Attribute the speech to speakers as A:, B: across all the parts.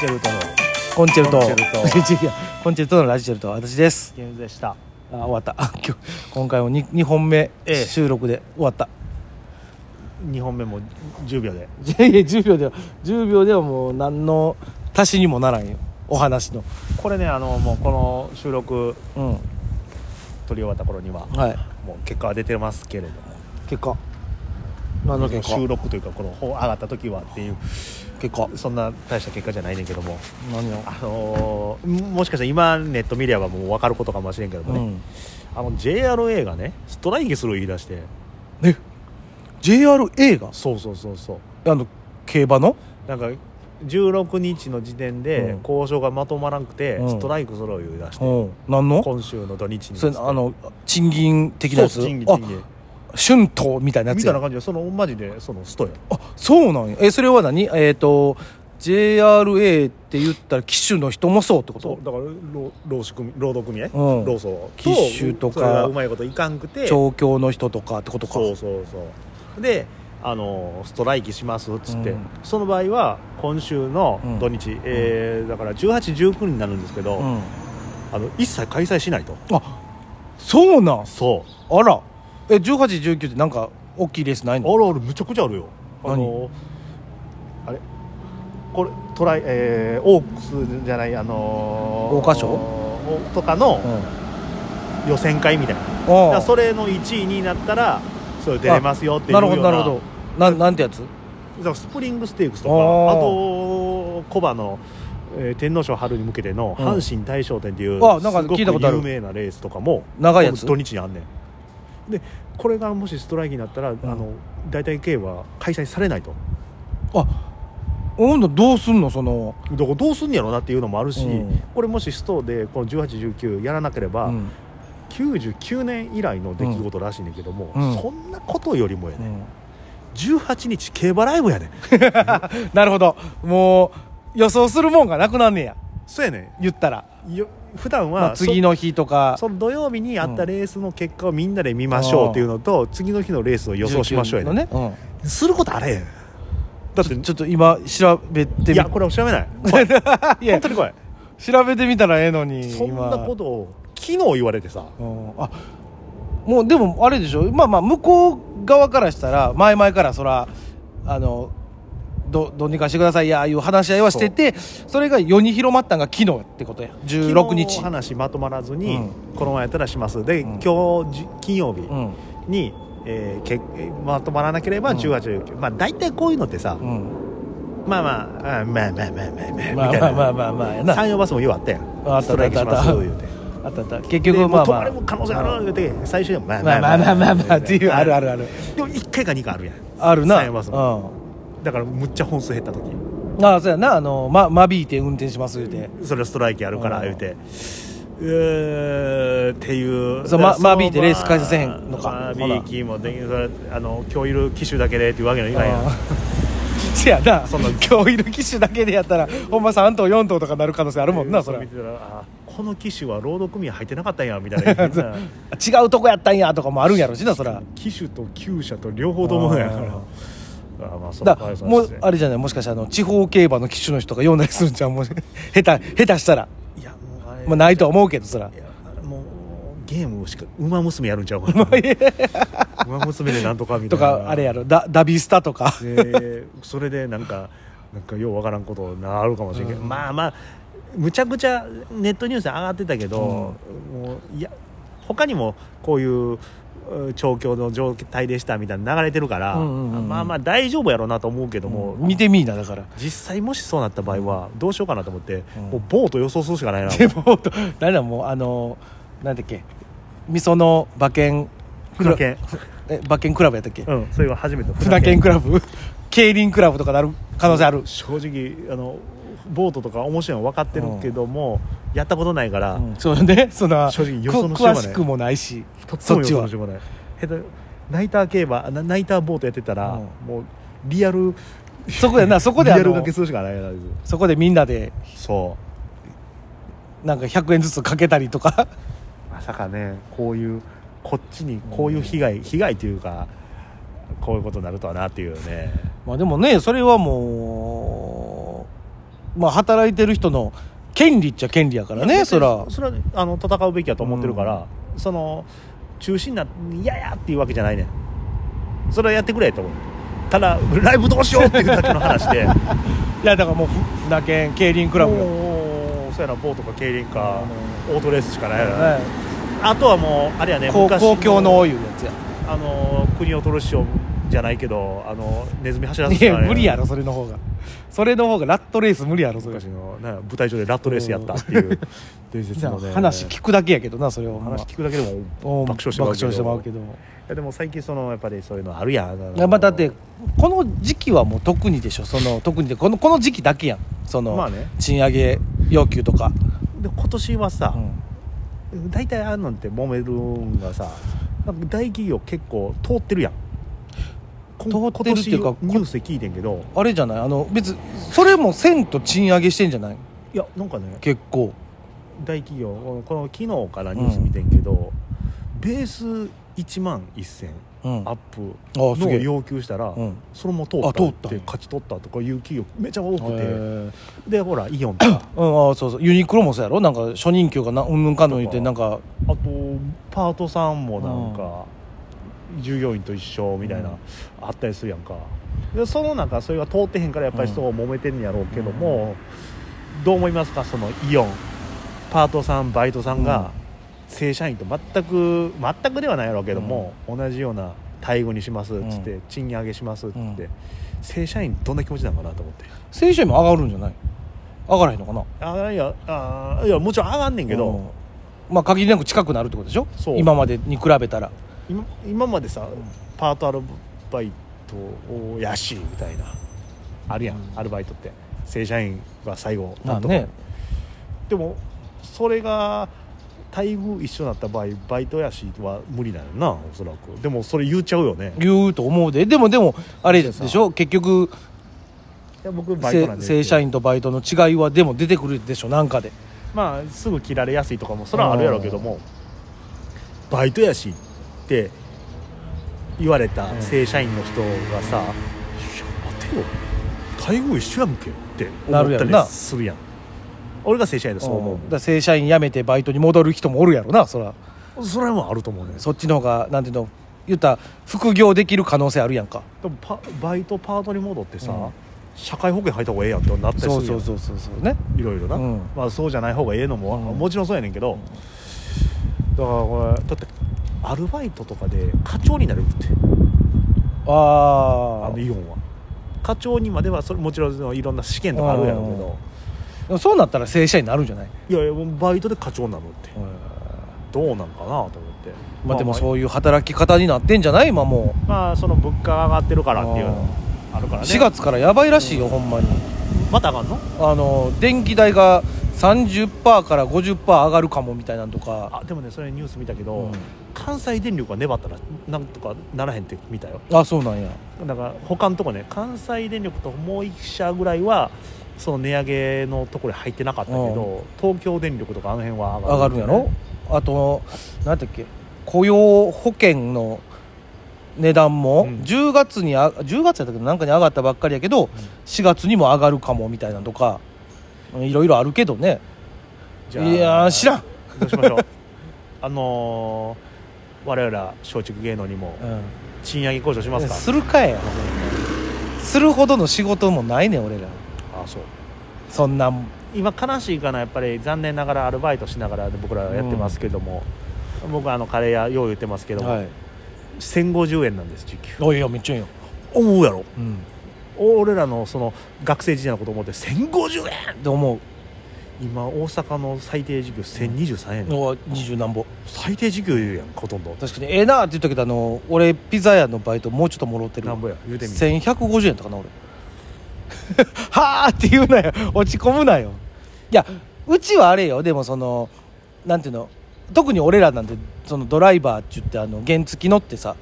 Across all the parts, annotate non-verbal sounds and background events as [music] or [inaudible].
A: シェルトの
B: コンチェルト
A: コンチェルト
B: [laughs] いやコンチェルトのラジチェルト私です
A: ゲームでした
B: あ終わったあ今日今回も 2, 二本目
A: ええ
B: 収録で終わった、
A: 2本目も10秒で
B: いやいや10秒では10秒ではもう何の足しにもならんよお話の
A: これねあのもうこの収録
B: うん
A: 撮り終わった頃には
B: はい
A: もう結果は出てますけれども
B: 結果何の結果
A: 収録というかこの方上がった時はっていう
B: 結果
A: そんな大した結果じゃないねんけども
B: 何を
A: あのーもしかしたら今ネット見ればもう分かることかもしれんけど
B: う
A: もね、
B: ん
A: あの JRA がねストライキする言い出して
B: え JRA が
A: そうそうそうそう
B: あの競馬の
A: なんか16日の時点で
B: うん
A: 交渉がまとまらなくて
B: うん
A: ストライクするを言い出して、
B: うん何の
A: 今週の土日に
B: それあの賃金的な
A: そう
B: やつ
A: 賃金
B: あ
A: 賃金
B: 春闘みたいなや
A: み
B: つ
A: たい
B: や
A: な感じでそのマジでそのストよ
B: あそうなんやえそれは何えっ、と JRA って言ったら機種の人もそうってこ
A: そ
B: と
A: うだから労労使組労働組合、
B: うん
A: 労組
B: キッシュとか
A: それがうまいこといかんくて
B: 調教の人とかってことか
A: そうそうそうであのストライキしますっつって、
B: うん
A: その場合は今週の
B: うん
A: 土日、えーだから1819になるんですけど、
B: うん、
A: あの一切開催しないと
B: あそうなん
A: そう
B: あらえ1819ってなんか大きいレースないの
A: あるあるむちゃくちゃあるよあ
B: 何
A: のあれこれトライえー、オークスじゃないあのー、
B: 桜花賞
A: おとかの
B: うん
A: 予選会みたいな、だか
B: あ
A: ら
B: あ
A: それの1位になったらそれ出れますよっていう
B: な
A: よう
B: る
A: な
B: ほどなるほどななんてやつ
A: だからスプリングステークスと
B: あ
A: かあ
B: ー
A: とコバの、えー天皇賞春に向けての
B: うん
A: 阪神大賞典っていう、
B: あなんか聞いたことある
A: すごく有名なレースとかも
B: 長いやつ
A: 土日にあんねんでこれがもしストライキになったら、あの大体競馬は開催されないと
B: あほんとどうすんのその
A: どこどうすんやろうなっていうのもあるし、
B: うん
A: これもしストでこの1819やらなければ、
B: うん
A: 99年以来の出来事らしいねんけども、
B: うん
A: そんなことよりもや
B: う
A: ね、
B: ん [laughs]
A: 18日競馬ライブやねん
B: なるほどもう予想するもんがなくなんねや
A: そうやね
B: 言ったら、
A: んよ普段は、
B: まあ、次の日とか
A: その土曜日にあったレースの結果をみんなで見ましょうっていうのと、次の日のレースを予想しましょうや
B: 19の
A: ね
B: ね、うん
A: することあれへんだって
B: ちょっと今調べてみ
A: いやこれは調べない
B: [laughs] いや
A: 本当に怖い
B: 調べてみたらええのに
A: そんなこととを昨日言われてさ
B: あもうでもあれでしょまあまあ向こう側からしたら前々からそらあのどどうにかしてくださいやいう話し合いはしててそれが世に広まったんが昨日ってことや16
A: 昨
B: 日
A: 日話まとまらずに、
B: う
A: この前やったらしますで、
B: うん
A: 今日じ金曜日
B: うん
A: に、えーけまとまらなければ
B: うん
A: 18、19まあ大体こういうのってさ、
B: うん
A: まあまああまあまあまあまあまあ
B: まあ
A: みたい
B: まあま
A: な
B: あまあまあやな
A: 山陽バスもようあったや
B: ああ
A: ん
B: った
A: ストライキします
B: あったあった
A: 言うて
B: あったあった結局まあま
A: でもう止
B: あ
A: まる可能性あるって言うて最初でもまあ
B: まあまあまあまあまあっていうあるあるあ
A: る
B: る
A: でも1回か2回あるやん
B: あるな
A: サインバスも
B: う
A: だからむっちゃ本数減った時
B: んああそうやなあのま間引いて運転します言うて
A: それストライキあるから
B: うん
A: 言うてうーっていう
B: そう
A: だからの
B: ま間引いてレース開催せへんのか
A: まあ
B: ほ
A: 間
B: な
A: 引きもできんそれあの今日いる機種だけでっていうわけにはいかんやん
B: [laughs] せやな
A: そんな
B: 今日いる機種だけでやったらほんま3頭4頭とかなる可能性あるもんなそれ
A: 見てたらあこの機種は労働組合入ってなかったんやみたいな
B: [laughs] 違うとこやったんやとかもあるんやろしなそら
A: 機種と旧車と両方ともやから
B: あ
A: あまあそ
B: だ
A: う
B: か
A: か
B: ら
A: そう
B: も
A: です
B: う
A: ね
B: あれじゃないもしかしたらあの地方競馬の機種の人が呼んだりするんじゃんもう [laughs] 下手下手したら、
A: いやもうあれ
B: まあ、ないとは思うけどそら
A: いやあれもうゲームしか馬娘やるんちゃうか
B: [laughs]
A: な馬娘でなんとかみた
B: と
A: いな
B: かあれやろダダビスタとか
A: でそれでなんかなんかようわからんことなるかもしれんけど、まあまあむちゃくちゃネットニュースで上がってたけど、もういや他にもこういううん調教の状態でしたみたいな流れてるから、
B: うんうんうん
A: まあまあ大丈夫やろうなと思うけども、
B: 見てみいなだから
A: 実際もしそうなった場合はどうしようかなと思って、
B: うん
A: もうボート予想するしかないな
B: でもと何だもうあのなんだっけみその馬券クラ
A: 船券
B: え馬券クラブやったっけ
A: うんそれは初めて
B: 船券クラブ競輪クラブとかなる可能性ある
A: 正直あのボートとか面白いの分かってるけども、やったことないから、
B: そうねそんな
A: 正直予
B: く
A: 想のしようが
B: 詳
A: ない
B: しくもないし
A: とって
B: そ
A: も
B: っ
A: 予
B: ち
A: 想
B: は
A: のしようがないへとナイター競馬なナイターボートやってたら、
B: うん
A: もうリアル
B: そこでなそこで
A: リ
B: あ
A: アル
B: の
A: 掛けするしかないな
B: そこでみんなで
A: そ
B: なんか100円ずつかけたりとか [laughs]
A: うまさかねこういうこっちにこういう被害、被害というかこういうことになるとはなっていうね
B: まあでもねそれはもまあ、働いてる人の権利っちゃ権利やか
A: い
B: ら
A: や
B: ね
A: 別
B: そ
A: に
B: ら
A: それはあの戦うべきやと思ってるから、その中止になって嫌やっていうわけじゃないねんそれはやってくれと思うただライブどうしようっていうだけの話で
B: いやだからもうふ船県競 [laughs] 輪クラブよ
A: もうそうやなボートか競輪かオートレースしかないやな、
B: はい
A: あとはもうあれやね
B: こう
A: 昔
B: 公共のいうやつや
A: あの国を取る師匠じゃないけどあのネズミ走らせ
B: い
A: て
B: や無理やろそれの方がそれの方がラットレース無理やろそれ
A: 昔のな舞台上でラットレースやったっていう伝説のね
B: 話聞くだけやけどなそれを
A: 話聞くだけでも
B: お
A: 爆笑してまうけど
B: まうけど
A: いやでも最近そのやっぱりそういうのあるやんあの
B: いやまあだってこの時期はもう特にでしょその特にでこのこの時期だけやんその、
A: まあね
B: 賃上げ要求とか、
A: で今年はさ
B: う、ん
A: 大体あんなんて揉めるんがさなんか大企業結構通ってるやんこ
B: 通ってるっていうか
A: 今年ニュースで聞いてんけど
B: あれじゃないあの別にそれもせんと賃上げしてんじゃない
A: いやなんかね
B: 結構
A: 大企業この昨日からニュース見てんけど、ベース1万1000
B: うん
A: アッ
B: あ
A: プ
B: あす
A: の
B: げえ
A: 要求したら、
B: うん
A: それも通
B: あ
A: った
B: 通
A: っ
B: った
A: て勝ち取ったとかいう企業めちゃ多く
B: へ
A: て
B: ー
A: でほらイオンとか
B: うん、あそうそうユニクロもそうやろなんか初任給がなうんぬんかんぬん言ってなんか
A: あとパートさんもなんか、従業員と一緒みたいな、
B: うん
A: あったりするやんかでその中それが通ってへんからやっぱりそう揉めてんやろうけども、どう思いますかそのイオンパートさんバイトさんが正社員と全く全くではないやろうけども、同じような待遇にしますっつって、
B: うん
A: 賃上げしますっつって、
B: うん
A: 正社員どんな気持ちなのかなと思って。
B: 正社員も上がるんじゃない上がらへんのかな
A: あいやあいやもちろん上がんねんけど、
B: うんまあ限りなく近くなるってことでしょ
A: そう
B: 今までに比べたら
A: 今今までさパートアルバイトをやしみたいなあるやん、
B: うん
A: アルバイトって正社員が最後
B: まあ
A: か
B: ね
A: でもそれが待遇一緒になった場合バイトやしは無理なのなおそらくでもそれ言っちゃうよねい
B: 言うと思うででもでもあれでしょ結局
A: や僕バイト
B: せ
A: なんで
B: 正社員とバイトの違いはでも出てくるでしょなんかで
A: まあすぐ切られやすいとかもそれはあるやろうけどもバイトやしって言われた正社員の人がさ「いや待てよ待遇一緒やんけ」って
B: な
A: 思
B: る
A: っ
B: や
A: た
B: ろな
A: りするやん俺が正社員でそう
B: う
A: 思
B: んだから正社員辞めてバイトに戻る人もおるやろなそら
A: うそれもあると思うね
B: そっちの方がなんていうの言ったら副業できる可能性あるやんか
A: でもパバイトパートに戻ってさ、
B: うん
A: 社会保険入った方がええやんってなったりするや
B: そ
A: ん
B: うそうそうそうそうね
A: いろいろな、
B: うん
A: まあ、そうじゃない方がええのも、
B: うん
A: もちろんそうやねんけどだからこれだってアルバイトとかで課長になるってあ
B: あ
A: のイオンは課長にまではそれもちろんそのいろんな試験とかあるやろうけど
B: あそうなったら正社員になるんじゃない、
A: いやいやもうバイトで課長なのってどうなんかなと思って
B: まあ、でも
A: う
B: そういう働き方になってんじゃない今も
A: まあその物価が上がってるからっていうのあるから
B: う
A: ね
B: 4月からやばいらしいよほんまに
A: また上がんの
B: あの電気代が30%から50%上がるかもみたいなんとか
A: あでもねそれニュース見たけど、
B: うん
A: 関西電力が粘ったらなんとかならへんって見たよ
B: あそうなんや
A: だから他のとこね関西電力ともう1社ぐらいはその値上げのところに入ってなかったけど東京電力とかあの辺は上
B: 上
A: が
B: が
A: る
B: る
A: ん
B: ん
A: だ
B: や
A: よね、
B: ろあと何だっけ雇用保険の値段も
A: うん
B: 10月にあ10月やったけどなんかに上がったばっかりやけど4月にも上がるかもみたいなんとかいろいろあるけどねい
A: じゃあ
B: やー知らん、
A: どうしましょう [laughs] あのー、我々松竹芸能にも
B: うん
A: 賃上げ交渉しますか
B: するかいするほどの仕事もないねん俺ら
A: あそう
B: そんなん
A: 今悲しいかなやっぱり残念ながらアルバイトしながら僕らはやってますけども、僕はあのカレー屋よう言ってますけども、
B: はい
A: 1050円なんです時給
B: おいやめっちゃいいよ、
A: 思うやろ
B: うん、
A: 俺らのその学生時代のこと思って1050円
B: で思う
A: 今大阪の最低時給1023円、
B: お二十何ぼ
A: 最低時給言うやんほとんど
B: 確かにええなって言ったけどあの俺ピザ屋のバイトもうちょっともろってる
A: なんぼや言うてみ
B: 1150円とかな俺 [laughs] はあって言うなよ落ち込むなよいやうちはあれよでもそのなんていうの特に俺らなんてそのドライバーって言ってあの原付き乗ってさ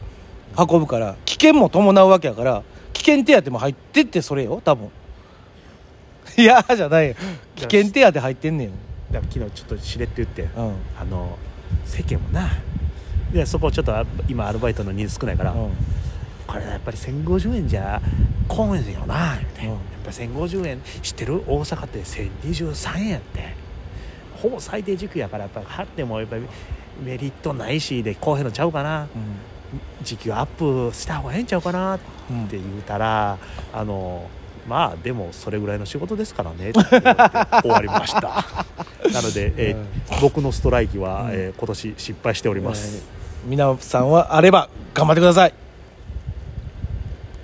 B: 運ぶから危険も伴うわけやから危険手当も入ってってそれよ多分 [laughs] いやじゃないよ危険手当入ってんねん
A: だから昨日ちょっとしれって言って、
B: うんうん
A: あの世間もないやそこちょっとあ今アルバイトの人数少ないから、これはやっぱり1050円じゃこんよなみたいな、
B: うん
A: やっぱ1050円知ってる大阪って1023円やってほぼ最低時給やからやっぱ払ってもやっぱりメリットないしでこういうのちゃうかな時給アップした方がええんちゃうかなって
B: う
A: 言
B: ん
A: うたら、あのまあでもそれぐらいの仕事ですからねって言われて終わりましたなので、えー僕のストライキは、
B: うん
A: えー今年失敗しております、
B: 皆さんはあれば頑張ってください